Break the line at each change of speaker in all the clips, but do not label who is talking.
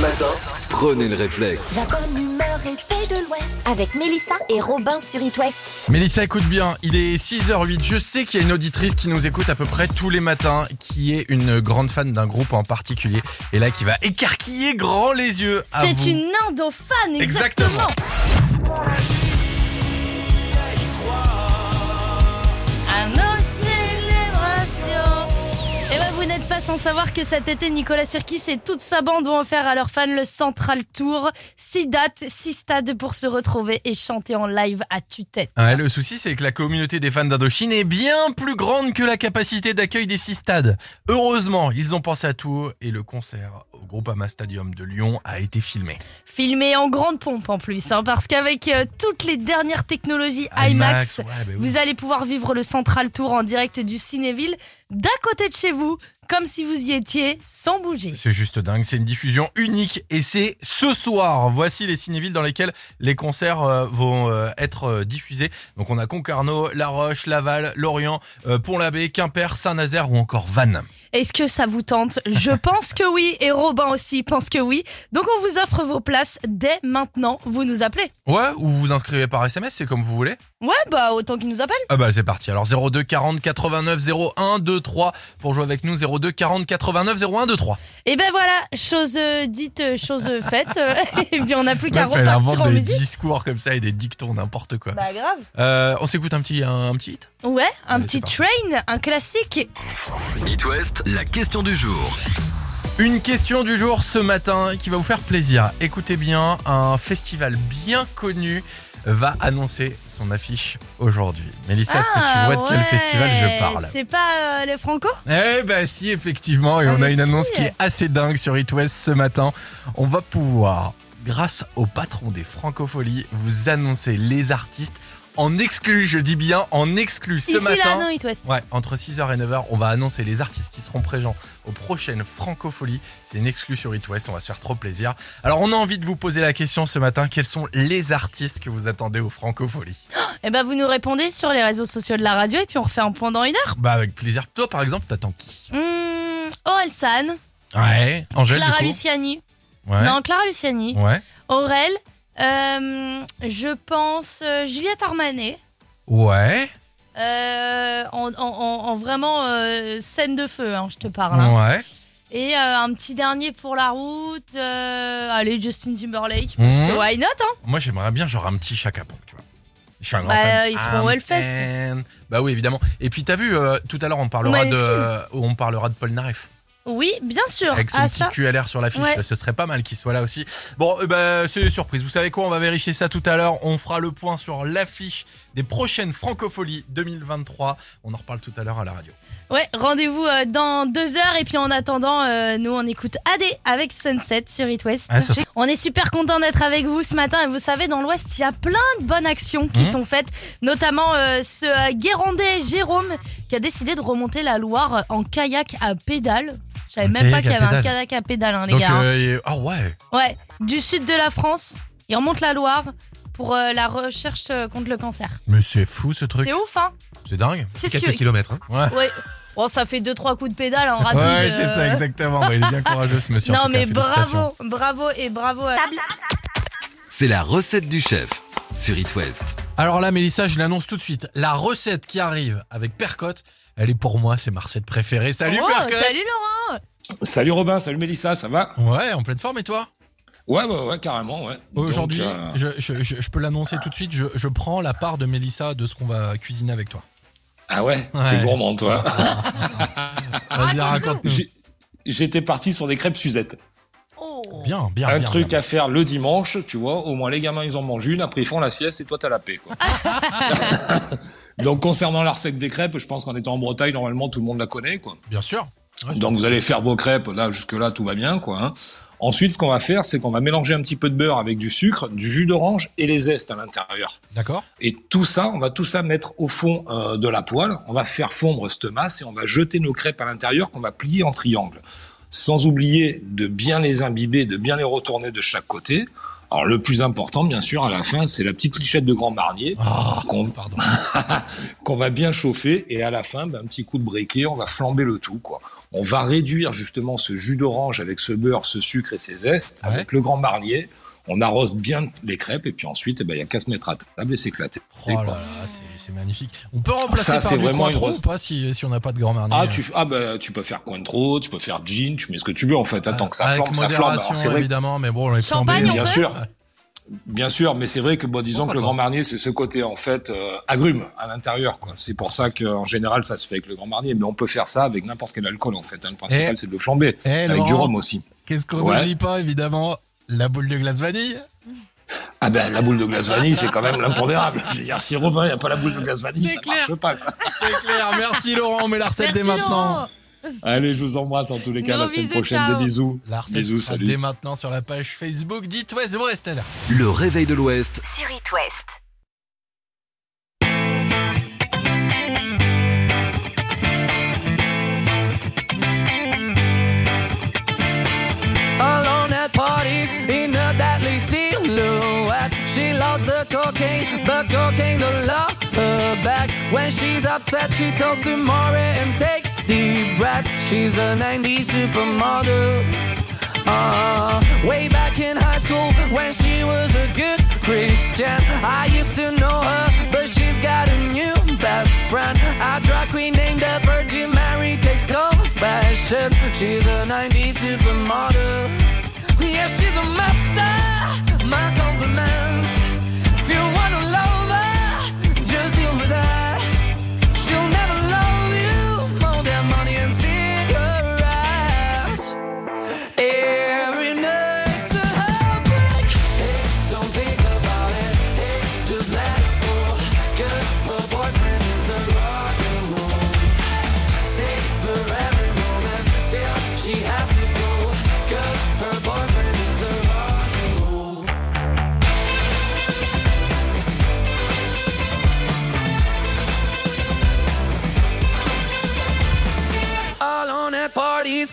matin, prenez le réflexe.
La bonne humeur est faite de l'Ouest avec Mélissa et Robin sur It West.
Mélissa, écoute bien, il est 6h08. Je sais qu'il y a une auditrice qui nous écoute à peu près tous les matins, qui est une grande fan d'un groupe en particulier, et là qui va écarquiller grand les yeux. à vous.
C'est une indofane, exactement.
Exactement.
À nos célébrations. Et ben vous n'êtes pas sans savoir que cet été, Nicolas Sirkis et toute sa bande vont faire à leurs fans le Central Tour. Six dates, six stades pour se retrouver et chanter en live à tue-tête.
Ouais, le souci, c'est que la communauté des fans d'Indochine est bien plus grande que la capacité d'accueil des six stades. Heureusement, ils ont pensé à tout et le concert au Groupama Stadium de Lyon a été filmé.
Filmé en grande pompe en plus, hein, parce qu'avec euh, toutes les dernières technologies IMAX
ouais, bah oui.
Vous allez pouvoir vivre le Central Tour en direct du Cinéville d'à côté de chez vous, comme si vous y étiez, sans bouger.
C'est juste dingue, c'est une diffusion unique et c'est ce soir. Voici les cinévilles dans lesquelles les concerts euh, vont euh, être euh, diffusés. Donc on a Concarneau, La Roche, Laval, Lorient, euh, Pont-l'Abbé, Quimper, Saint-Nazaire ou encore Vannes.
Est-ce que ça vous tente Je pense que oui, et Robin aussi pense que oui. Donc on vous offre vos places dès maintenant. Vous nous appelez
Ouais, ou vous inscrivez par SMS, c'est comme vous voulez.
Ouais, bah autant qu'ils nous appellent.
Ah bah c'est parti. Alors 02 40 89 01 23 pour jouer avec nous 02 40 89 01 23.
Et ben voilà, chose euh, dite, euh, chose euh, faite. euh, et bien on n'a plus qu'à
Meuf, elle
repartir
invente
en
des
musique.
discours comme ça et des dictons n'importe quoi.
Bah grave.
Euh, on s'écoute un petit un, un petit hit
Ouais, un
Allez, c'est
petit
parti.
train, un classique.
It West, la question du jour.
Une question du jour ce matin qui va vous faire plaisir. Écoutez bien, un festival bien connu va annoncer son affiche aujourd'hui. Mélissa, est-ce que tu vois de quel
Ah, ouais.
festival je parle
C'est pas euh, le Franco
Eh ben si, effectivement, et
Ah,
on a
mais
une annonce
si.
qui est assez dingue sur It West ce matin. On va pouvoir, grâce au patron des francopholies, vous annoncer les artistes en exclu, je dis bien en exclu ce
Ici là,
matin.
non, It West.
Ouais, entre 6h et 9h, on va annoncer les artistes qui seront présents aux prochaines Francopholies. C'est une exclu sur It West, on va se faire trop plaisir. Alors, on a envie de vous poser la question ce matin quels sont les artistes que vous attendez aux Francopholies
Et ben vous nous répondez sur les réseaux sociaux de la radio et puis on refait un point dans une heure.
Bah, avec plaisir. Toi, par exemple, t'attends qui
Hum, Orelsan,
Ouais, Angèle.
Clara
du coup.
Luciani.
Ouais.
Non, Clara Luciani.
Ouais.
Aurel. euh, je pense euh, Juliette Armanet.
Ouais.
euh, en, en- en- en vraiment euh, scène de feu, hein, je te parle. hein.
Ouais.
Et euh, un petit dernier pour la route. euh, allez, Justin Timberlake. Parce que
Mhm.
why not hein
Moi, j'aimerais bien genre un petit Chaka Punk, tu vois. Je suis un grand
Bah,
fan.
euh, ils seront au Hellfest.
Amstel. Bah oui, évidemment. Et puis, t'as vu, euh, tout à l'heure, on parlera de,
Maneskin.
euh, on parlera de Paul Naref.
Oui, bien sûr.
Avec son
Ah,
petit
ça.
QLR sur l'affiche,
Ouais.
ce serait pas mal qu'il soit là aussi. Bon, eh ben, c'est surprise. Vous savez quoi On va vérifier ça tout à l'heure. On fera le point sur l'affiche des prochaines Francopholies 2023. On en reparle tout à l'heure à la radio.
Ouais, rendez-vous euh, dans deux heures. Et puis en attendant, euh, nous, on écoute AD avec Sunset sur It West.
Ah, ce sera-
On est super content d'être avec vous ce matin. Et vous savez, dans l'Ouest, il y a plein de bonnes actions qui
Mhm.
sont faites, notamment euh, ce euh, Guérandais Jérôme qui a décidé de remonter la Loire euh, en kayak à pédale. Je savais
Un
même
kayak
pas qu'il y
à
avait un
pédale.
kayak à pédale, hein, les
Donc,
gars. hein.
euh, et- ah ouais.
Ouais, du sud de la France, il remonte la Loire pour euh, la recherche euh, contre le cancer.
Mais c'est fou ce truc.
C'est ouf, hein
C'est dingue.
Qu'est-ce que.
kilomètres.
Ouais.
Ouais. Bon, ça fait deux trois coups de pédale en rapide.
Ouais, c'est
euh.
ça, exactement. Bah, il est bien courageux, ce monsieur. en
Non
tout cas.
mais
Félicitations.
bravo, bravo et bravo. à-
C'est la recette du chef sur It West.
Alors là, Mélissa, je l'annonce tout de suite. La recette qui arrive avec Percotte, elle est pour moi, c'est ma recette préférée. Salut
Oh,
Percotte
Salut Laurent
Salut Robin, salut Mélissa, ça va
Ouais, en pleine forme et toi
Ouais, ouais, ouais, carrément, ouais.
Aujourd'hui,
Donc, euh,
je, je- je- je peux l'annoncer tout de suite, je, je prends la part de Mélissa de ce qu'on va cuisiner avec toi.
Ah ouais, t'es
Ouais.
gourmand, toi.
Vas-y, raconte-nous.
Ah, J'ai- J'étais parti sur des crêpes Suzette.
Oh.
Bien, bien,
Un
bien,
truc
bien.
à faire le dimanche, tu vois. Au moins, les gamins, ils en mangent une. Après, ils font la sieste et toi, t'as la paix, quoi. Donc, concernant la recette des crêpes, je pense qu'en étant en Bretagne, normalement, tout le monde la connaît, quoi.
Bien sûr.
Donc vous allez faire vos crêpes, là jusque-là tout va bien quoi. hein. Ensuite ce qu'on va faire c'est qu'on va mélanger un petit peu de beurre avec du sucre, du jus d'orange et les zestes à l'intérieur.
D'accord
Et tout ça, on va tout ça mettre au fond euh, de la poêle, on va faire fondre cette masse et on va jeter nos crêpes à l'intérieur qu'on va plier en triangle. sans oublier de bien les imbiber, de bien les retourner de chaque côté. Alors le plus important, bien sûr, à la fin, c'est la petite clichette de Grand Marnier
Ah,
qu'on
pardon.
qu'on va bien chauffer et à la fin, ben, un petit coup de briquet, on va flamber le tout. Quoi. On va réduire justement ce jus d'orange avec ce beurre, ce sucre et ses zestes
Ouais.
avec le grand marnier. On arrose bien les crêpes et puis ensuite, eh ben, il y a qu'à se mettre à table et s'éclater.
Oh là là, c'est- c'est magnifique. On peut remplacer
Ça,
par
c'est
du
vraiment
Cointreau ou
une grosse-
pas si, si on n'a pas de grand marnier
Ah, tu, f- ah bah, tu peux faire Cointreau, tu peux faire gin, tu mets ce que tu veux en fait. Attends que ça
Avec
flambe, ça flambe.
modération,
Alors, c'est vrai que-
évidemment, mais bon, on est
Champagne,
flambé.
on
Bien
peut
sûr. Bien sûr, mais c'est vrai que bon, disons
Pourquoi
que le
pas
Grand Marnier, c'est ce côté en fait euh, agrume à l'intérieur. quoi. C'est pour ça qu'en général, ça se fait avec le Grand Marnier, mais on peut faire ça avec n'importe quel alcool en fait. hein. Le principal,
Eh.
c'est de le flamber
Eh,
avec
Laurent,
du rhum aussi.
Qu'est-ce qu'on
Ouais.
n'oublie pas, évidemment La boule de glace vanille
Ah ben la boule de glace vanille, c'est quand même l'impondérable. Je veux dire, si Robin, il n'y a pas la boule de glace vanille,
C'est
ça
clair.
marche pas. quoi.
C'est clair, merci Laurent, on met la recette dès
Merci,
maintenant.
Laurent.
Allez, je vous embrasse en tous les cas.
Gros
la semaine
bisous,
prochaine,
ciao.
des bisous.
La recette
Bisous,
sera
salut.
dès maintenant sur la page Facebook. Dites ouais, c'est bon, Estelle.
Le réveil de l'Ouest
sur It West.
Alone at parties in a deadly silhouette. She loves the cocaine, but cocaine don't love her back. When she's upset, she talks to Maury and takes deep breaths. She's a 90s supermodel. Uh, way back in high school when she was a good Christian. I used to know her, but she's got a new best friend. A drag queen named the Virgin Mary takes confessions. She's a 90s supermodel. Yeah, she's a master. My compliments. If you wanna love her, just deal with her. She'll never love you more than money and cigarettes. Every night's a heartbreak. Hey, don't think about it. Hey, just let it go. 'Cause her boyfriend is a rock and roll. Save her every moment till she has to go. 'Cause her boyfriend is a rock and roll. alone at parties.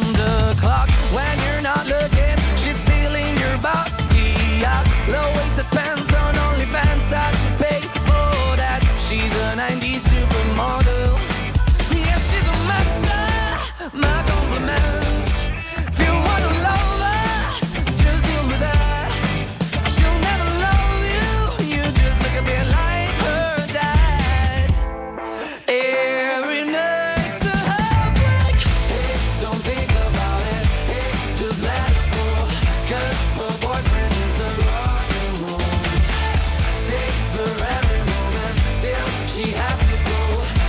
the clock. When you're not looking, she's stealing your bossy out. Low-waisted pants on OnlyFans, I'd pay for that. She's a 90s supermodel. Yeah, she's a master. My compliments. If you want to love her, just deal with that. She'll never love you. You just look a bit like her dad. Every night's a heartbreak. Hey, don't think about it. Hey, just let it go. 'Cause her boyfriend is a rock and roll. Save her every moment till she has to go.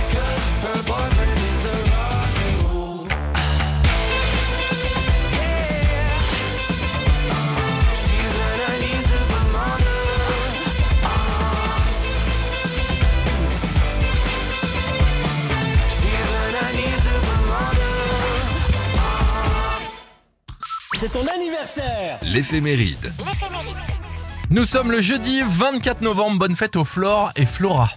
'Cause her boyfriend is a rock and roll. Yeah. Oh, she's a 90s supermodel. She's a 90s supermodel.
L'éphéméride.
Nous sommes le jeudi 24 novembre. Bonne fête aux Flore et Flora.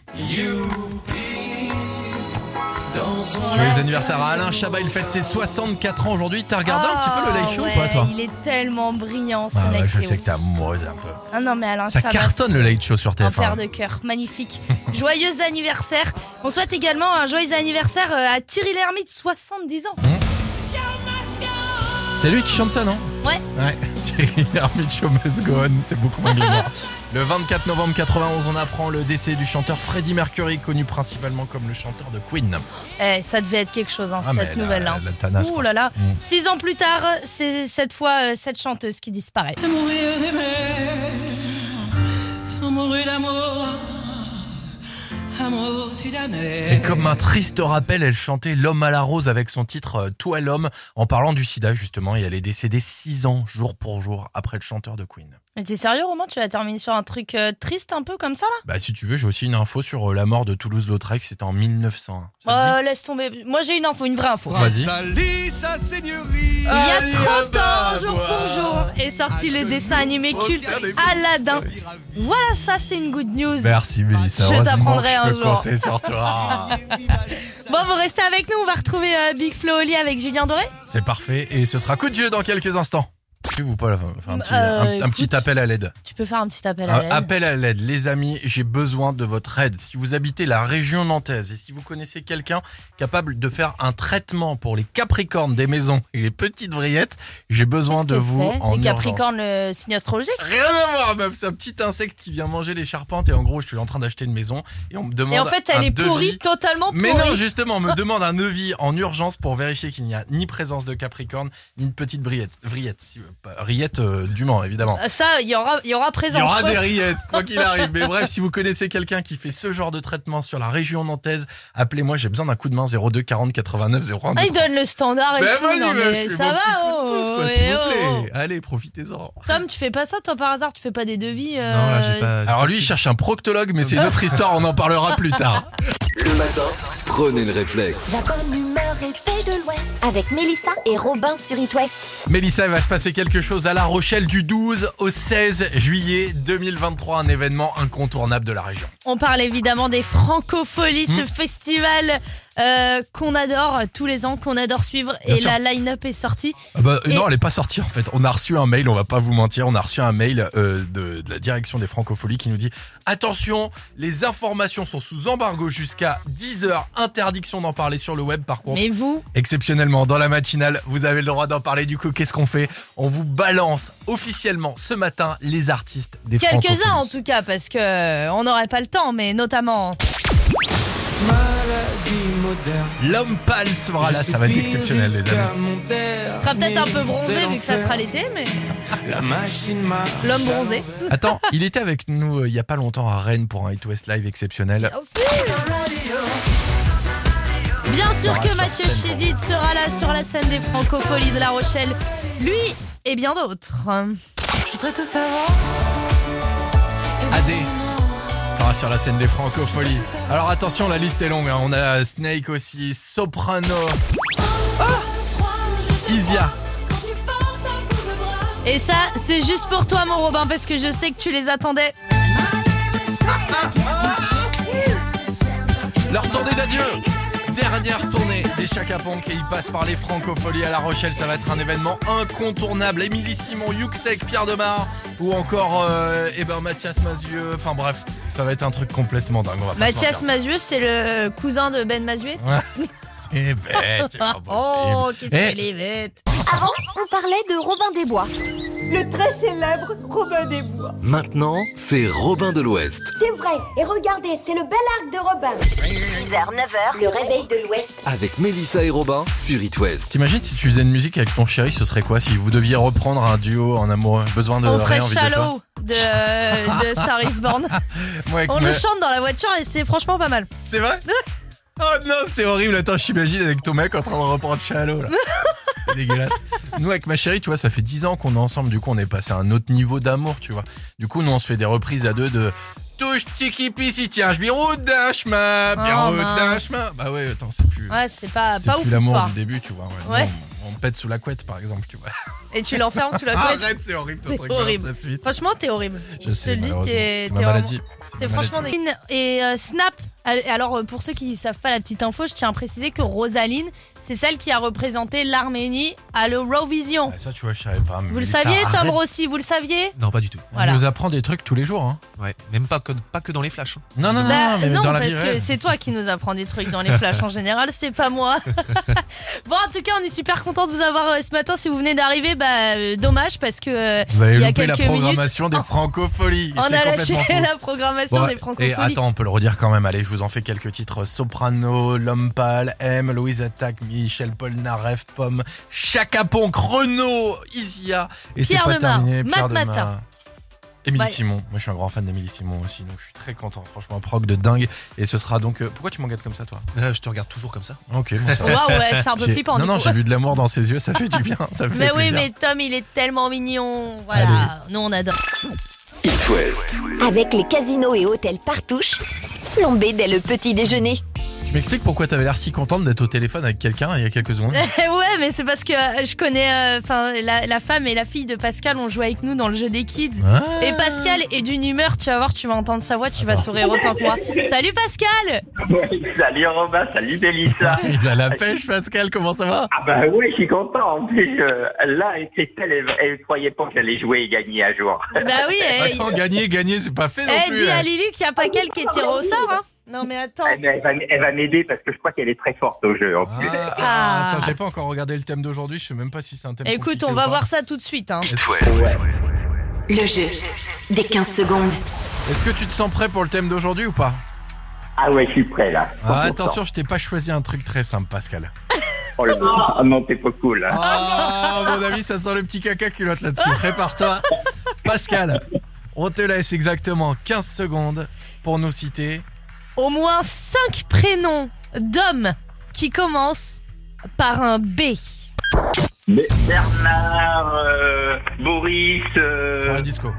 Joyeux anniversaire à Alain Chabat. Il fête ses 64 ans aujourd'hui. T'as regardé un petit peu le live show
Ah
ou pas, toi
ouais, Il est tellement brillant, ce
Ah
mec.
ouais, Je
c'est
sais
ouf.
que t'es amoureuse un peu.
Ah non, mais Alain
Ça
Chabat,
cartonne le late show sur
Un père
TF1.
de cœur, magnifique. Joyeux anniversaire. On souhaite également un joyeux anniversaire euh, à Thierry Lhermitte, 70 ans.
C'est lui qui chante ça, non
Ouais.
Ouais. Thierry Lhermitte, Show Must Go On, c'est beaucoup moins bizarre. le 24 novembre 91, on apprend le décès du chanteur Freddie Mercury, connu principalement comme le chanteur de Queen.
Eh, ça devait être quelque chose, hein,
Ah, mais
cette
la-
nouvelle. hein.
la tanasse,
Ouh
quoi.
là là.
Mm.
Six ans plus tard, c'est cette fois euh, cette chanteuse qui disparaît.
Sans mourir d'aimer, sans mourir d'amour, amour sudanais.
Et comme un triste rappel, elle chantait L'homme à la rose avec son titre euh, Tout à l'homme en parlant du sida justement et elle est décédée 6 ans jour pour jour après le chanteur de Queen.
Mais t'es sérieux, Romain Tu vas terminer sur un truc euh, triste un peu comme ça, là
Bah si tu veux, j'ai aussi une info sur euh, la mort de Toulouse-Lautrec, c'était en 1901. Ça te
Euh, Laisse tomber. Moi, j'ai une Oh, info, une vraie info.
dit Vas-y.
Il y a 30 ans, jour pour jour, et est sorti le dessin animé culte Aladdin. Voilà, ça c'est une good news.
Merci Mélissa.
Je
Heureusement
t'apprendrai
que je
un
peux
jour.
compter sur toi.
Bon, vous restez avec nous, on va retrouver euh, Big Flo au lit avec Julien Doré.
C'est parfait et ce sera coup de Dieu dans quelques instants. Tu ou pas là, enfin, un, petit,
Euh,
un- un petit
écoute.
appel à l'aide.
Tu peux faire un petit appel à
Un
l'aide.
Euh, appel à l'aide, les amis, j'ai besoin de votre aide. Si vous habitez la région nantaise et si vous connaissez quelqu'un capable de faire un traitement pour les capricornes des maisons et les petites vrillettes, j'ai besoin
Qu'est-ce
de
que
vous
c'est
en
Les
urgence.
Capricornes, le signe astrologique
Rien à voir, meuf, c'est un petit insecte qui vient manger les charpentes et en gros, je suis en train d'acheter une maison et on me demande
Et en fait,
un
elle est
devis.
pourrie, totalement pourrie.
Mais non, justement, on me demande un devis en urgence pour vérifier qu'il n'y a ni présence de Capricorne, ni de petite brillette. Vrillette, si, pas- rillette euh, du Mans, évidemment.
Ça, il y aura, il y aura
Il y
présence.
aura des rillettes, quoi qu'il arrive. Mais bref, si vous connaissez quelqu'un qui fait ce genre de traitement sur la région nantaise, appelez-moi, j'ai besoin d'un coup de main 02 40 89 01.
Ah, il donne le standard et
Ben
tout.
vas-y,
non,
meuf,
mais
je fais
ça
mon
va,
petit coup de
oh,
pouce, quoi,
eh
s'il vous
oh.
plaît. Allez, profitez-en.
Tom, tu fais pas ça, toi, par hasard Tu fais pas des devis euh,
Non, là, j'ai pas. j'ai
Alors
pas
lui,
de-
il cherche un proctologue, mais c'est une autre histoire, on en parlera plus tard.
Le matin, prenez le réflexe.
La bonne humeur et paix de l'Ouest avec Mélissa et Robin sur It West.
Mélissa, il va se passer quelque chose à La Rochelle du 12 au 16 juillet 2023, un événement incontournable de la région.
On parle évidemment des Francopholies,
Hmm.
ce festival euh, qu'on adore tous les ans, qu'on adore suivre.
Bien
et
sûr.
la line-up est sortie. Et-
Ah bah, euh, Non, elle est pas sortie en fait. On a reçu un mail, on va pas vous mentir, on a reçu un mail euh, de, de la direction des Francopholies qui nous dit attention, les informations sont sous embargo jusqu'à 10h, interdiction d'en parler sur le web par contre.
Mais vous,
Exceptionnellement, dans la matinale, vous avez le droit d'en parler. Du coup, qu'est-ce qu'on fait On vous balance officiellement ce matin les artistes des
quelques-uns en
Francopholies.
tout cas, parce que euh, on n'aurait pas le temps, mais notamment.
Maladie moderne.
L'homme pâle sera Oh là,
Je
ça va être
suis
exceptionnel, les
jusqu'à
amis.
mon dernier
Ce sera peut-être un peu bronzé
c'est
vu que ça
l'enfer.
sera l'été, mais
La machine marche
l'homme bronzé.
Attends, il était avec nous euh, il y a pas longtemps à Rennes pour un Hit West Live exceptionnel.
Bien sûr
sera
que
sur
Mathieu
scène, bon.
Chédid sera là sur la scène des Francopholies de La Rochelle. Lui et bien d'autres.
AD sera sur la scène des Francopholies. Alors attention, la liste est longue. hein. On a Snake aussi, Soprano. Ah Isia.
Et ça, c'est juste pour toi, mon Robin, parce que je sais que tu les attendais.
Leur tournée d'adieu Dernière tournée des Chaka Ponk et ils passent par les Francopholies à La Rochelle. Ça va être un événement incontournable. Émilie Simon, Yuxek, Pierre Demar ou encore euh, eh ben, Mathias Mazieux. Enfin bref, ça va être un truc complètement dingue. on va pas se
Mathias
mentir.
Mazué, c'est le cousin de Ben Mazué.
Eh ben, c'est pas possible.
Oh, qu'est-ce
Eh,
qu'elle est bête.
Avant, on parlait de Robin des Bois.
Le très célèbre Robin des Bois.
Maintenant, c'est Robin de l'Ouest.
C'est vrai, et regardez, c'est le bel arc de Robin.
6h, 9h, le réveil de l'Ouest.
Avec Mélissa et Robin sur It West.
T'imagines si tu faisais une musique avec ton chéri, ce serait quoi si vous deviez reprendre un duo en amoureux Besoin de
On ferait
rien, envie de toi
Shallow de, euh, de Star is Born.
Moi avec
On
ma-
le chante dans la voiture et c'est franchement pas mal.
C'est vrai Oh non, c'est horrible. Attends, je t'imagine avec ton mec en train de reprendre Shallow là. C'est dégueulasse. Nous, avec ma chérie, tu vois, ça fait 10 ans qu'on est ensemble. Du coup, on est passé à un autre niveau d'amour, tu vois. Du coup, nous, on se fait des reprises à deux de. Touche tiki pissi, tiens, je biroute d'un chemin, biroute d'un
Oh, mince.
chemin. Bah ouais, attends, c'est plus.
Ouais, c'est pas,
c'est
pas ouf
plus l'amour
l'histoire.
du début, tu vois. ouais.
Ouais.
Nous, on, on pète sous la couette, par exemple, tu vois.
Et tu l'enfermes sous la couette.
Arrête, c'est horrible ton
C'est
truc. balance
horrible.
la suite.
Franchement, t'es horrible.
Je sais,
te le dis,
malheureusement.
t'es-
C'est ma
t'es
maladie. C'est
T'es
ma
franchement
maladie.
des- Et euh, Snap. Alors, euh, pour ceux qui savent pas la petite info, je tiens à préciser que Rosaline, c'est celle qui a représenté l'Arménie à l'Eurovision.
Ah, ça, tu vois, je savais pas. mais
Vous le
Mélissa,
saviez, Tom
arrête.
Rossi, vous le saviez
Non, pas du tout.
Voilà.
On nous apprend des trucs tous les jours. Hein.
Ouais, même pas que, pas que dans les flashs. hein.
Non, non, non,
Bah,
Ah, mais dans la vie
parce que
réelle.
c'est toi qui nous apprends des trucs dans les flashs en général, c'est pas moi. bon, en tout cas, on est super content de vous avoir euh, ce matin. Si vous venez d'arriver, bah, euh, dommage parce que euh,
Vous avez
il y a
loupé la
quelques Oh.
programmation des francopholies.
on
C'est
a lâché
complètement faux.
la programmation
Bon,
des
et
francophonies.
attends, on peut le redire quand même. Allez, je vous en fais quelques titres. Soprano, L'Homme Pâle, M, Louise Attaque, Michel Polnareff, Pomme, Chaka Ponk, Renaud, Isia. Et c'est
Pierre
pas
Demar,
terminé. Pierre
Matt Matin.
Demar. Émilie
Ouais.
Simon. Moi, je suis un grand fan d'Émilie Simon aussi. Donc, je suis très content. Franchement, un prog de dingue. Et ce sera donc. euh, Pourquoi tu m'engages comme ça, toi
Euh, je te regarde toujours comme ça.
Ok, bon, ça va.
Waouh, ouais, c'est un peu
J'ai-
flippant.
Non,
du
non,
coup.
j'ai vu de l'amour dans ses yeux, ça fait du bien. Ça fait
Mais oui,
plaisir.
mais Tom, il est tellement mignon. Voilà, nous on adore.
It West.
Avec les casinos et hôtels partouche, plombé dès le petit déjeuner.
Tu m'expliques pourquoi t'avais l'air si contente d'être au téléphone avec quelqu'un il y a quelques secondes
Eh ouais, mais c'est parce que euh, je connais, enfin, la, la femme et la fille de Pascal ont joué avec nous dans le jeu des kids.
Ah.
Et Pascal est d'une humeur, tu vas voir, tu vas entendre sa voix, tu vas
Attends.
sourire autant que moi. Salut Pascal
Salut Robin, salut Mélissa.
Il a la pêche, Pascal, comment ça va
Ah bah oui, je suis content. En plus, euh, là, Christelle, elle, elle croyait pas qu'elle allait jouer et gagner un jour.
Bah oui, eh,
Attends, gagner, gagner, c'est pas fait non
eh,
plus. hein.
dis
là.
à Lily qu'il n'y a pas qu'elle qui est tirée au sort. Hein. Non mais attends.
Eh ben, Elle va, elle va m'aider parce que je crois qu'elle est très forte au jeu. En plus.
Ah,
Ah.
Attends, j'ai pas encore regardé le thème d'aujourd'hui, je sais même pas si c'est un thème.
Écoute,
compliqué
on
ou
va
pas.
voir ça tout de suite. Hein.
It West.
Le jeu des 15 secondes.
Est-ce que tu te sens prêt pour le thème d'aujourd'hui ou pas
Ah ouais, je suis prêt là.
Ah,
100%.
Attention, je t'ai pas choisi un truc très simple, Pascal.
Oh là là. Ah non, t'es pas cool. hein.
Ah, à mon avis, ça sent le petit caca culotte là-dessus. Prépare-toi. Pascal, on te laisse exactement 15 secondes pour nous citer.
Au moins 5 prénoms d'hommes qui commencent par un B.
Mais Bernard, euh, Boris,
Soirée
euh,
disco.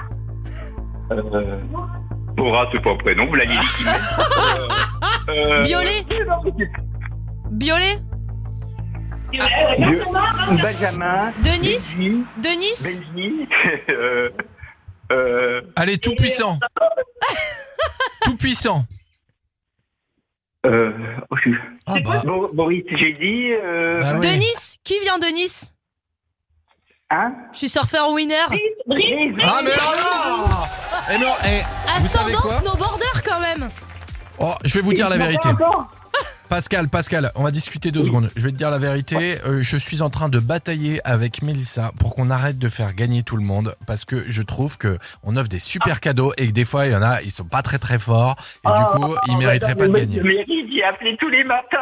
euh, Bora, c'est pas un prénom. La Lily qui m'aide. Euh, euh,
Violet Violet
Bio- Benjamin,
Denis
Benji,
Denis
Benji, euh, euh,
Allez, tout puissant. Tout puissant.
euh, oh, je suis-
Ah bah.
Bo- Boris, j'ai dit. euh,
Bah oui.
Denis Qui vient de Nice
Hein
Je suis surfeur winner.
Ah mais alors Et non, eh, vous savez
Ascendant
quoi
snowboarder quand même
Oh, je vais vous dire la vérité. Pascal, Pascal, on va discuter deux secondes. Je vais te dire la vérité. euh, je suis en train de batailler avec Mélissa pour qu'on arrête de faire gagner tout le monde parce que je trouve que on offre des
Ah.
super cadeaux et que des fois il y en a, ils sont pas très très forts et du coup ils mériteraient pas de gagner.
Oh,
Ah,
Mais j'ai appelé tous les matins.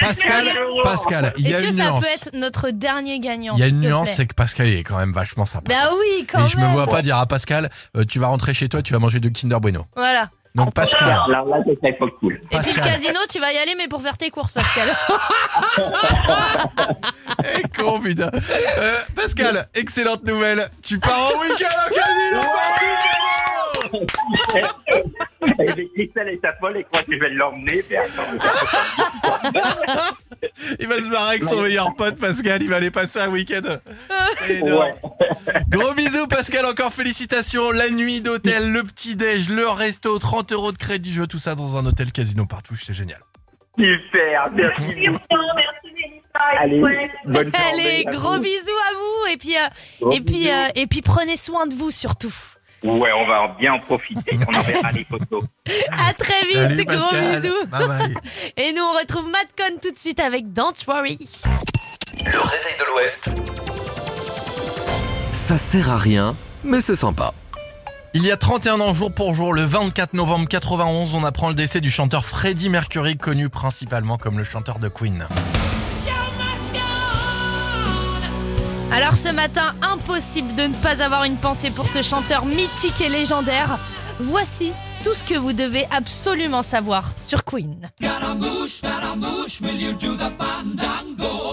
Pascal, Pascal, il y a
Est-ce
une
que ça
nuance.
peut être notre dernier gagnant
Il y a
s'il
une
te
nuance,
plaît
c'est que Pascal il est quand même vachement sympa.
Bah oui, quand
et
même
je me vois pas dire à Pascal, euh, tu vas rentrer chez toi, tu vas manger de Kinder Bueno.
Voilà.
Ah,
Donc Pascal,
Alors là, c'est très pas cool.
Et puis le
Pascal.
casino, tu vas y aller, mais pour faire tes courses, Pascal.
Eh, con, putain. Euh, Pascal, excellente nouvelle. Tu pars en week-end au casino.
Et Christelle est sa folle et croit que je vais l'emmener. mais attends.
Il va se barrer avec son meilleur pote, Pascal. Il va aller passer un week-end. C'est énorme.
Ouais.
Gros bisous, Pascal. Encore félicitations. La nuit d'hôtel, le petit-déj, le resto, 30 euros de crédit. Je veux tout ça dans un hôtel casino partout. C'est génial.
Super, merci. Allez, bonne journée.
Allez,
à
gros
vous.
bisous à vous. Et puis, euh,
Gros
et, puis,
bisous.
euh, et puis prenez soin de vous surtout.
Ouais, on va bien en profiter. On enverra les photos.
À très vite,
Salut,
gros
Pascal.
bisous.
Bye bye.
Et nous, on retrouve Matcon tout de suite avec Don't Worry.
Le réveil de l'Ouest. Ça sert à rien, mais c'est sympa.
Il y a 31 ans jour pour jour, le 24 novembre 91, on apprend le décès du chanteur Freddie Mercury, connu principalement comme le chanteur de Queen.
Alors ce matin, impossible de ne pas avoir une pensée pour ce chanteur mythique et légendaire. Voici tout ce que vous devez absolument savoir sur Queen.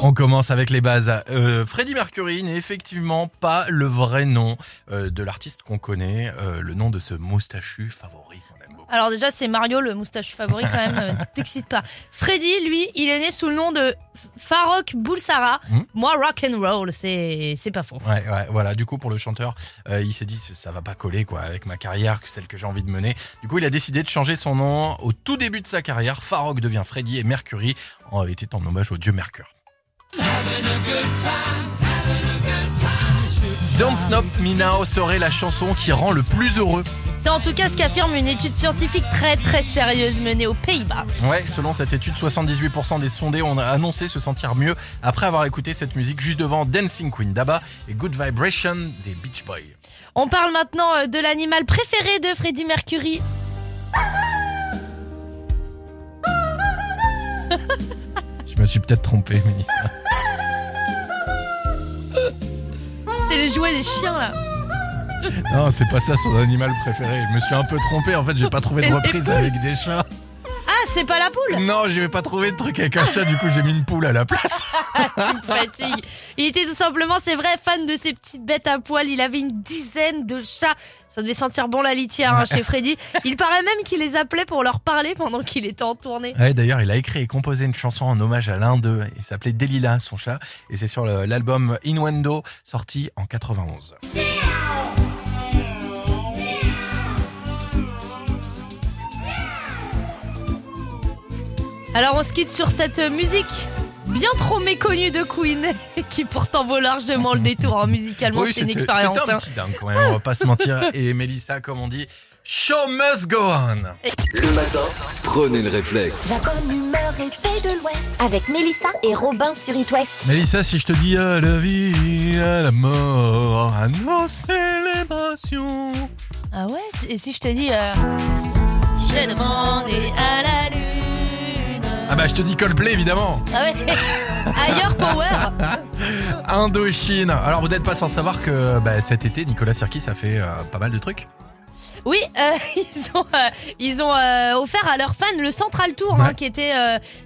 On commence avec les bases. Euh, Freddie Mercury n'est effectivement pas le vrai nom euh, de l'artiste qu'on connaît, euh, le nom de ce moustachu favori qu'on aime beaucoup.
Alors déjà, c'est Mario, le moustache favori quand même, euh, t'excite pas. Freddy, lui, il est né sous le nom de F- Farrokh Bulsara.
Mhm.
Moi, rock and roll, c'est c'est pas faux.
Ouais, ouais, voilà. Du coup, pour le chanteur, euh, il s'est dit ça va pas coller quoi avec ma carrière, que celle que j'ai envie de mener. Du coup, il a décidé de changer son nom au tout début de sa carrière. Farrokh devient Freddie et Mercury en- était en hommage au dieu Mercure. Don't Stop Me Now serait la chanson qui rend le plus heureux.
C'est en tout cas ce qu'affirme une étude scientifique très très sérieuse menée aux Pays-Bas.
Ouais, selon cette étude, 78% des sondés ont annoncé se sentir mieux après avoir écouté cette musique juste devant Dancing Queen d'ABBA et Good Vibration des Beach Boys.
On parle maintenant euh, de l'animal préféré de Freddie Mercury.
Je me suis peut-être trompé, mais...
C'est les jouets des chiens là.
Non, c'est pas ça son animal préféré. Je me suis un peu trompé, en fait, j'ai pas trouvé de reprise avec des chats.
Ah, c'est pas la poule.
Non, j'avais pas trouvé de truc avec un chat, du coup j'ai mis une poule à la place.
tu me fatigues. Il était tout simplement, c'est vrai, fan de ces petites bêtes à poil. Il avait une dizaine de chats. Ça devait sentir bon la litière hein, chez Freddy. Il paraît même qu'il les appelait pour leur parler pendant qu'il était en tournée.
Ouais, D'ailleurs, il a écrit et composé une chanson en hommage à l'un d'eux. Il s'appelait Delilah, son chat, et c'est sur le- l'album Innuendo, sorti en 91.
Alors on se quitte sur cette euh, musique bien trop méconnue de Queen, qui pourtant vaut largement le détour. hein. Musicalement,
Oui,
c'est une
c'était-
expérience.
c'était un
hein.
petit dingue quand même, on va pas se mentir. Et Mélissa, comme on dit, show must go on.
Le matin, prenez le réflexe.
La bonne humeur est faite de l'Ouest avec Mélissa et Robin sur It West.
Mélissa, si je te dis à la vie, à la mort, à nos célébrations.
Ah ouais Et si je te dis... euh, J'ai demandé à la lune...
Ah bah, je te dis Coldplay évidemment.
Ah ouais Ailleurs Power
Indochine. Alors, vous n'êtes pas sans savoir que bah, cet été, Nicolas Sirkis a fait euh, pas mal de trucs.
Oui, euh, ils ont, euh, ils ont euh, offert à leurs fans le Central Tour, hein,
Ouais.
qui était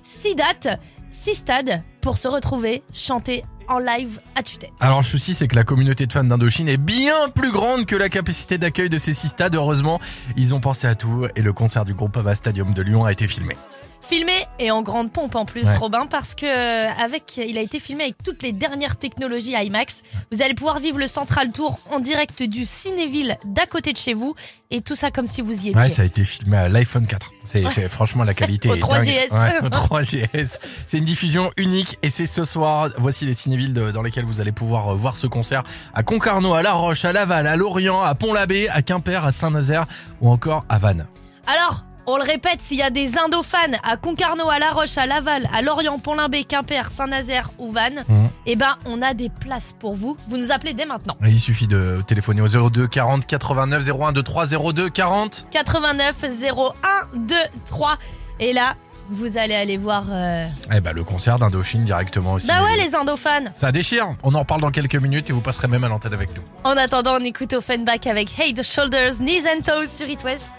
6 dates, 6 stades, pour se retrouver, chanter en live à tue-tête.
Alors le souci c'est que la communauté de fans d'Indochine est bien plus grande que la capacité d'accueil de ces six stades. Heureusement, ils ont pensé à tout et le concert du groupe Ava Stadium de Lyon a été filmé.
Filmé et en grande pompe en plus,
Ouais.
Robin, parce que euh, avec, il a été filmé avec toutes les dernières technologies IMAX. Vous allez pouvoir vivre le Central Tour en direct du Cinéville d'à côté de chez vous, et tout ça comme si vous y étiez.
Ouais, ça a été filmé à l'iPhone 4. C'est c'est- franchement la qualité
Au
est
3GS.
dingue. Ouais, au 3GS. C'est une diffusion unique et c'est ce soir. Voici les cinévilles de- dans lesquelles vous allez pouvoir euh, voir ce concert à Concarneau, à La Roche, à Laval, à Lorient, à Pont-l'Abbé, à Quimper, à Saint-Nazaire ou encore à Vannes.
Alors, on le répète, s'il y a des Indofans à Concarneau, à La Roche, à Laval, à Lorient, Pont-Limbé, Quimper, Saint-Nazaire ou Vannes,
Mhm.
eh ben, on a des places pour vous. Vous nous appelez dès maintenant.
Et Il suffit de téléphoner au 02 40 89 01 23 02 40.
89 01 2 3. Et là, vous allez aller voir. euh,
Eh ben le concert d'Indochine directement aussi.
Bah ouais, les Indofans.
Ça déchire. On en reparle dans quelques minutes et vous passerez même à l'antenne avec nous.
En attendant, on écoute Offenbach avec Hey the Shoulders, Knees and Toes sur It West.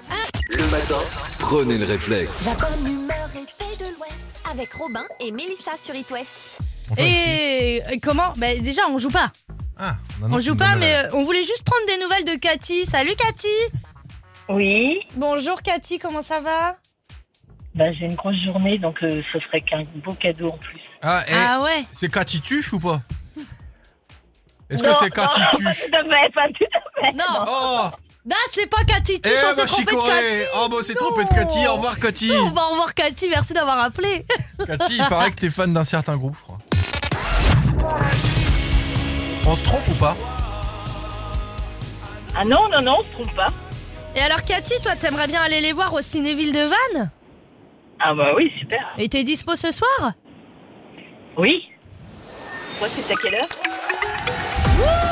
Le matin, prenez le réflexe.
La bonne humeur est faite de l'Ouest avec Robin et Mélissa sur It West.
Bonjour, Vicky.
Et euh, comment Bah déjà, on joue pas.
Ah,
On
annonce
joue
une
pas,
bonne
mais
nouvelle.
euh, on voulait juste prendre des nouvelles de Cathy. Salut Cathy.
Oui,
Bonjour Cathy, comment ça va
bah, j'ai une grosse journée, donc euh, ce serait qu'un beau cadeau en plus.
Ah, eh,
Ah ouais.
c'est Cathy Tuche ou pas Est-ce que
Non,
c'est Cathy
non,
Tuche
pas tout à fait, pas tout à fait,
Non.
Oh
Non, c'est pas Cathy
Eh
Tuche, on s'est
bah,
trompé de
Chicorée
Cathy.
Oh, bah, c'est
Non.
trompé de Cathy Au revoir, Cathy
On va revoir Cathy, merci d'avoir appelé.
Cathy, il paraît que t'es fan d'un certain groupe, je crois. On se trompe ou pas
Ah non, non, non, on se trompe pas.
Et alors Cathy, toi t'aimerais bien aller les voir au Cinéville de Vannes
Ah bah oui, super.
Et t'es dispo ce soir
Oui. Toi, c'est à quelle heure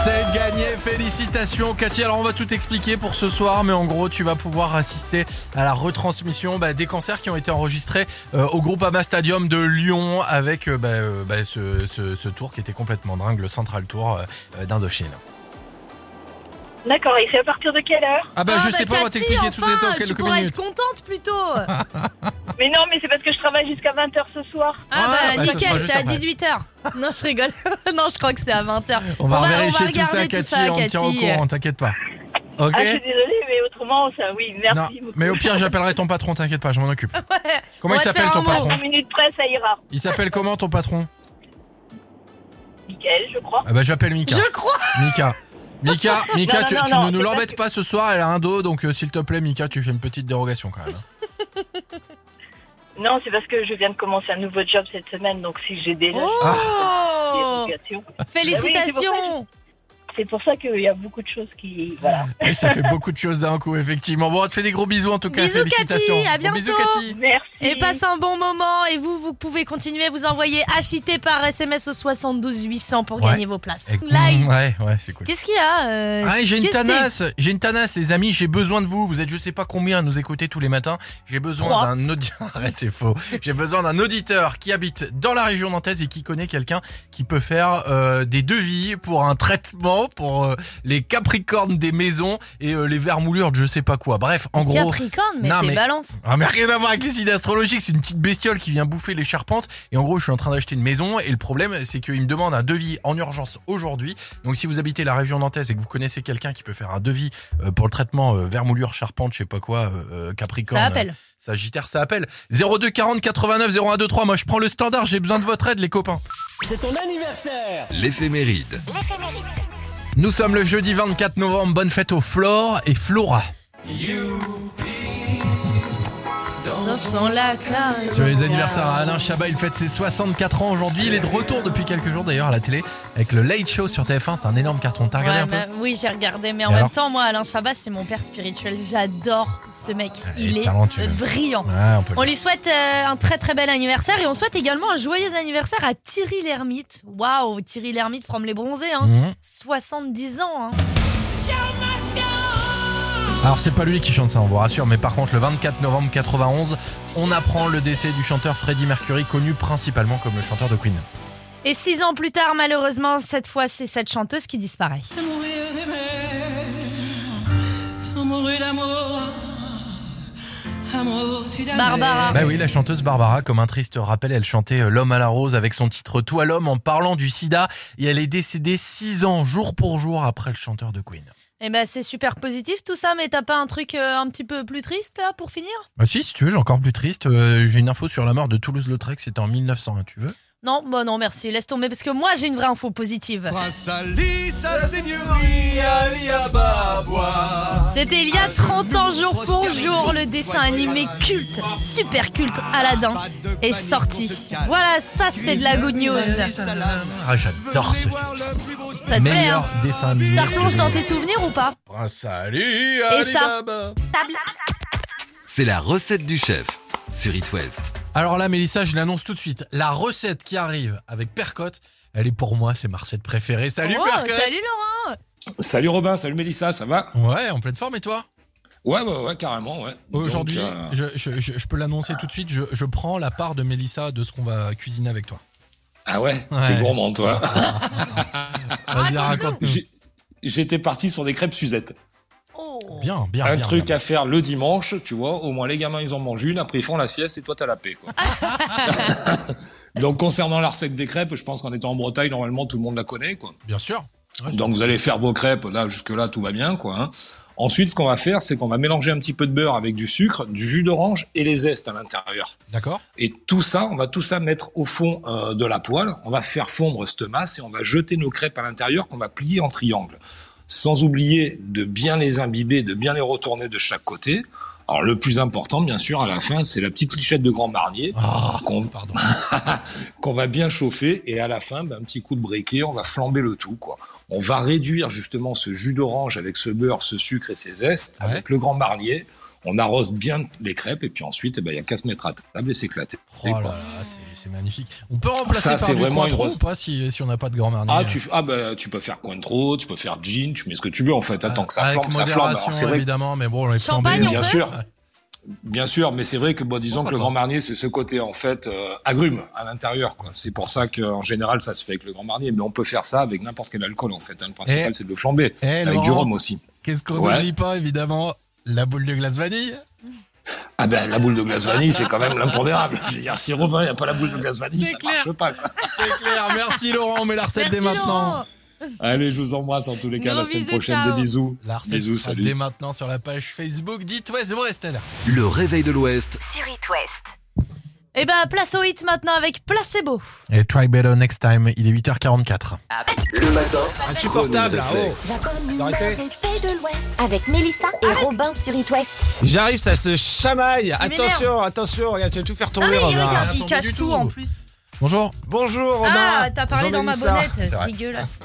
C'est gagné, félicitations Cathy. Alors on va tout expliquer pour ce soir, mais en gros tu vas pouvoir assister à la retransmission bah, des concerts qui ont été enregistrés euh, au groupe Ama Stadium de Lyon avec euh, bah, euh, bah, ce, ce- ce tour qui était complètement dingue, le Central Tour euh, euh, d'Indochine.
D'accord, et c'est à partir de quelle heure
Ah bah je sais pas, on va
Oh, Cathy,
t'expliquer
enfin,
toutes les
Tu
quelques
pourrais
minutes.
être contente plutôt. Ah,
Mais non, mais c'est parce que je travaille jusqu'à 20h ce soir.
bah,
bah, ça sera
nickel,
juste
c'est à
après.
18h. Non, je rigole. non, je crois que c'est à 20h.
On va,
on va- on va
vérifier tout ça
regarder tout
Cathy,
ça,
on te tient au
Cathy.
courant, t'inquiète pas. Ok
Ah, je suis désolée, mais autrement, ça, oui,
Non,
merci beaucoup.
mais au pire j'appellerai ton patron, t'inquiète pas, je m'en occupe. Comment
On
il
va te
s'appelle
faire
ton
un mot.
patron
En minutes près, ça ira.
Il s'appelle comment ton patron
Nickel, je crois.
Ah bah j'appelle Mika.
Je crois.
Mika. Mika, Mika,
Non, non,
tu,
non,
tu
non,
ne nous
c'est
l'embêtes pas ce soir, elle a un dos, donc euh, s'il te plaît, Mika, tu fais une petite dérogation quand même. hein.
Non, c'est parce que je viens de commencer un nouveau job cette semaine, donc si j'ai déjà
Oh
des
Oh
obligations,
Félicitations.
Ah. c'est pour ça qu'il y a beaucoup de choses qui... Voilà.
Oui, ça fait beaucoup de choses d'un coup, effectivement. Bon, on te fait des gros bisous en tout cas,
Bisous,
félicitations.
Cathy, à
Bon, bisous,
bientôt.
Cathy.
Merci.
Et passe un bon moment. Et vous, vous pouvez continuer. Vous envoyer HIT par SMS au 72 800 pour
Ouais.
gagner vos places.
Et-
Live.
Ouais, ouais, c'est cool.
Qu'est-ce qu'il y a euh,
Ah, j'ai une
qu'est-ce que-
tanasse, j'ai une tanasse, les amis, j'ai besoin de vous. Vous êtes je sais pas combien à nous écouter tous les matins. J'ai besoin
Trois.
d'un auditeur. Arrête, c'est faux. J'ai besoin d'un auditeur qui habite dans la région nantaise et qui connaît quelqu'un qui peut faire euh, des devis pour un traitement Gémeaux pour euh, les Capricornes des maisons et euh, les Vermoulures de je sais pas quoi. Bref, en gros.
Capricorne, mais
Non,
c'est balance.
Ah, mais rien à voir avec les signes astrologiques, c'est une petite bestiole qui vient bouffer les charpentes. Et en gros, je suis en train d'acheter une maison et le problème, c'est qu'il me demande un devis en urgence aujourd'hui. Donc, si vous habitez la région nantaise et que vous connaissez quelqu'un qui peut faire un devis euh, pour le traitement euh, Vermoulure, charpente, je sais pas quoi, euh, euh, Capricorne.
Ça appelle.
euh, Sagittaire, ça appelle. 02 40 89 01 23. Moi, je prends le standard, j'ai besoin de votre aide, les copains.
C'est ton anniversaire
L'éphéméride.
Nous sommes le jeudi 24 novembre. Bonne fête aux Flore et Flora.
Dans son lac.
Joyeux anniversaire à Alain Chabat, il fête ses 64 ans aujourd'hui. Il est de retour depuis quelques jours d'ailleurs à la télé avec le Late Show sur TF1. C'est un énorme carton. T'as regardé
Ouais,
un peu
mais- oui, j'ai regardé, mais
Et
en même
alors
temps, moi, Alain Chabat, c'est mon père spirituel. J'adore ce mec.
Il est
Il est
Ah, talentueux.
euh, brillant.
Ouais, on peut le
On
dire.
lui souhaite euh, un très très bel anniversaire et on souhaite également un joyeux anniversaire à Thierry Lhermitte. Waouh, Thierry Lhermitte from les bronzés, hein.
Mhm.
70 ans. hein.
Mmh. Alors c'est pas lui qui chante ça, on vous rassure, mais par contre le 24 novembre 91, on apprend le décès du chanteur Freddie Mercury, connu principalement comme le chanteur de Queen.
Et six ans plus tard, malheureusement, cette fois, c'est cette chanteuse qui disparaît.
Sans mourir d'amour, amour, tu l'as
Barbara.
Bah oui, la chanteuse Barbara, comme un triste rappel, elle chantait euh, L'homme à la rose avec son titre Toi l'homme en parlant du sida et elle est décédée 6 ans jour pour jour après le chanteur de Queen.
Eh ben, c'est super positif tout ça, mais t'as pas un truc euh, un petit peu plus triste là, pour finir
Bah si, si tu veux, j'ai encore plus triste. Euh, j'ai une info sur la mort de Toulouse-Lautrec, c'était en 1901, hein, tu veux
Non, bah non, merci, laisse tomber parce que moi j'ai une vraie info positive.
Ah,
C'était il y a 30 ans, jour pour jour, le dessin animé culte, super culte, Aladdin est sorti. Voilà, ça c'est de la good news.
Ah, j'adore ce film.
Ça te plaît, hein
Meilleur dessin animé.
Ça replonge dans tes souvenirs ou pas
Ah, salut
euh.
Et ça
C'est la recette du chef sur It West.
Alors là, Mélissa, je l'annonce tout de suite. La recette qui arrive avec Percotte, elle est pour moi, c'est ma recette préférée. Salut
Oh,
Percotte
Salut Laurent
Salut Robin, salut Mélissa, ça va
Ouais, en pleine forme et toi
Ouais, ouais, ouais, carrément, ouais.
Aujourd'hui,
Donc, euh,
je, je- je- je peux l'annoncer tout de suite, je, je prends la part de Mélissa de ce qu'on va cuisiner avec toi.
Ah ouais,
Ouais.
t'es gourmand, toi.
Ah,
Vas-y, raconte-nous.
J'ai- J'étais parti sur des crêpes Suzette.
Bien, bien,
un
bien,
truc
bien.
à faire le dimanche, tu vois. Au moins, les gamins, ils en mangent une. Après, ils font la sieste et toi, t'as la paix, quoi. Donc, concernant la recette des crêpes, je pense qu'en étant en Bretagne, normalement, tout le monde la connaît, quoi.
Bien sûr. Ouais,
Ah, Donc, vous allez faire vos crêpes. Là, jusque-là, tout va bien, quoi. hein. Ensuite, ce qu'on va faire, c'est qu'on va mélanger un petit peu de beurre avec du sucre, du jus d'orange et les zestes à l'intérieur.
D'accord
Et tout ça, on va tout ça mettre au fond euh, de la poêle. On va faire fondre cette masse et on va jeter nos crêpes à l'intérieur qu'on va plier en triangle. Sans oublier de bien les imbiber, de bien les retourner de chaque côté. Alors le plus important, bien sûr, à la fin, c'est la petite lichette de Grand Marnier
Ah,
qu'on
pardon.
qu'on va bien chauffer et à la fin, ben, un petit coup de briquet, on va flamber le tout. Quoi. On va réduire justement ce jus d'orange avec ce beurre, ce sucre et ces zestes
Ouais.
avec le Grand Marnier. On arrose bien les crêpes et puis ensuite, eh ben, il y a qu'à se mettre à table et s'éclater.
Oh là là, c'est- c'est magnifique. On peut remplacer
Ça,
par
c'est
du
vraiment une
Cointreau
grosse-
ou pas si, si on n'a pas de grand marnier
Ah, tu, ah bah, tu peux faire Cointreau, tu peux faire gin, tu mets ce que tu veux en fait. Attends que ça
Avec
flambe, ça flambe.
modération,
Alors, c'est vrai, que-
évidemment, mais bon, on est
Champagne,
flambé. hein.
on
bien
peut
sûr. Bien sûr, mais c'est vrai que bon, disons
Pourquoi
que le
pas
Grand Marnier, c'est ce côté en fait euh, agrume à l'intérieur. quoi. C'est pour ça qu'en général, ça se fait avec le Grand Marnier, mais on peut faire ça avec n'importe quel alcool en fait. hein. Le principal,
Eh.
c'est de le flamber
Eh,
avec du
Laurent.
rhum aussi.
Qu'est-ce qu'on
Ouais.
n'oublie pas, évidemment La boule de glace vanille
Ah ben la boule de glace vanille, c'est quand même l'impondérable. Je veux dire, si Robin, il n'y a pas la boule de glace vanille,
C'est
ça
clair.
marche pas. quoi.
C'est clair, merci Laurent, on met la recette dès
Merci,
maintenant.
Laurent.
Allez, je vous embrasse en tous les cas.
Gros
la semaine
bisous,
prochaine,
ciao.
des bisous.
La recette
bisous,
sera
salut.
dès maintenant sur la page Facebook. Dites-moi, c'est vrai, Estelle.
Le réveil de l'Ouest
Sur It West.
Eh ben, place au hit maintenant avec Placebo.
Et try better next time, il est 8h44.
Le matin,
Insupportable,
chrono de
là-haut.
réflexe.
La bonne humeur
Arrêtez.
réveil de l'Ouest avec Mélissa et Robin sur It West.
J'arrive, ça se chamaille.
Il m'énerve.
Attention, attention, regarde, tu vas tout faire
Ah
tomber,
oui,
Robin.
regarde, il
Attendez
casse
du
tout
tout.
en plus.
Bonjour.
Bonjour, Robin.
Ah, t'as parlé dans ma
Jean-Mélissa.
bonnette,
vrai.
dégueulasse.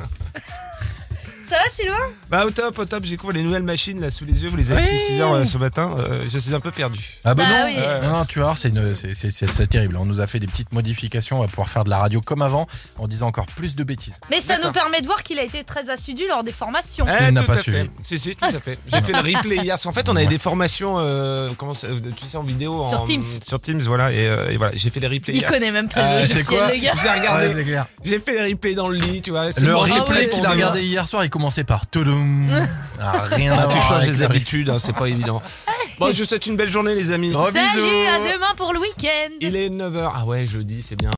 Ça va Sylvain
Bah, au top, au top, j'ai découvert les nouvelles machines là sous les yeux. Vous les avez depuis 6 heures euh, ce matin. Euh, je suis un peu perdu.
Ah bah,
Bah
non.
oui.
Euh, non, tu vas voir, c'est une- c'est- c'est- c'est- c'est terrible. On nous a fait des petites modifications, on va pouvoir faire de la radio comme avant en disant encore plus de bêtises.
Mais ça nous permet de voir qu'il a été très assidu lors des formations.
Eh,
Il n'a
tout
pas
à
suivi.
fait. Si, si, tout à
Ah.
fait. J'ai fait le replay hier. En fait, on avait des formations, euh, comment ça, tu sais, en
Eh,
vidéo.
Sur
en-
Teams.
Sur Teams, voilà. Et, euh, et voilà, j'ai fait les replays
Il
hier.
connaît même pas le
Euh, tu sais
logiciel,
quoi
les gars.
J'ai
Ouais,
regardé.
c'est clair.
J'ai fait les replays dans le lit, tu vois. c'est
Le
mon
Ah
replay
ouais.
qu'il a regardé hier soir, il commencer par Tudum. Ah, rien à
Ah, tu
voir
changes
avec
les
la-
habitudes, hein, c'est pas évident. Bon, je vous souhaite une belle journée, les amis.
Salut, à demain pour le week-end.
Il est 9h. Ah ouais, jeudi, c'est bien.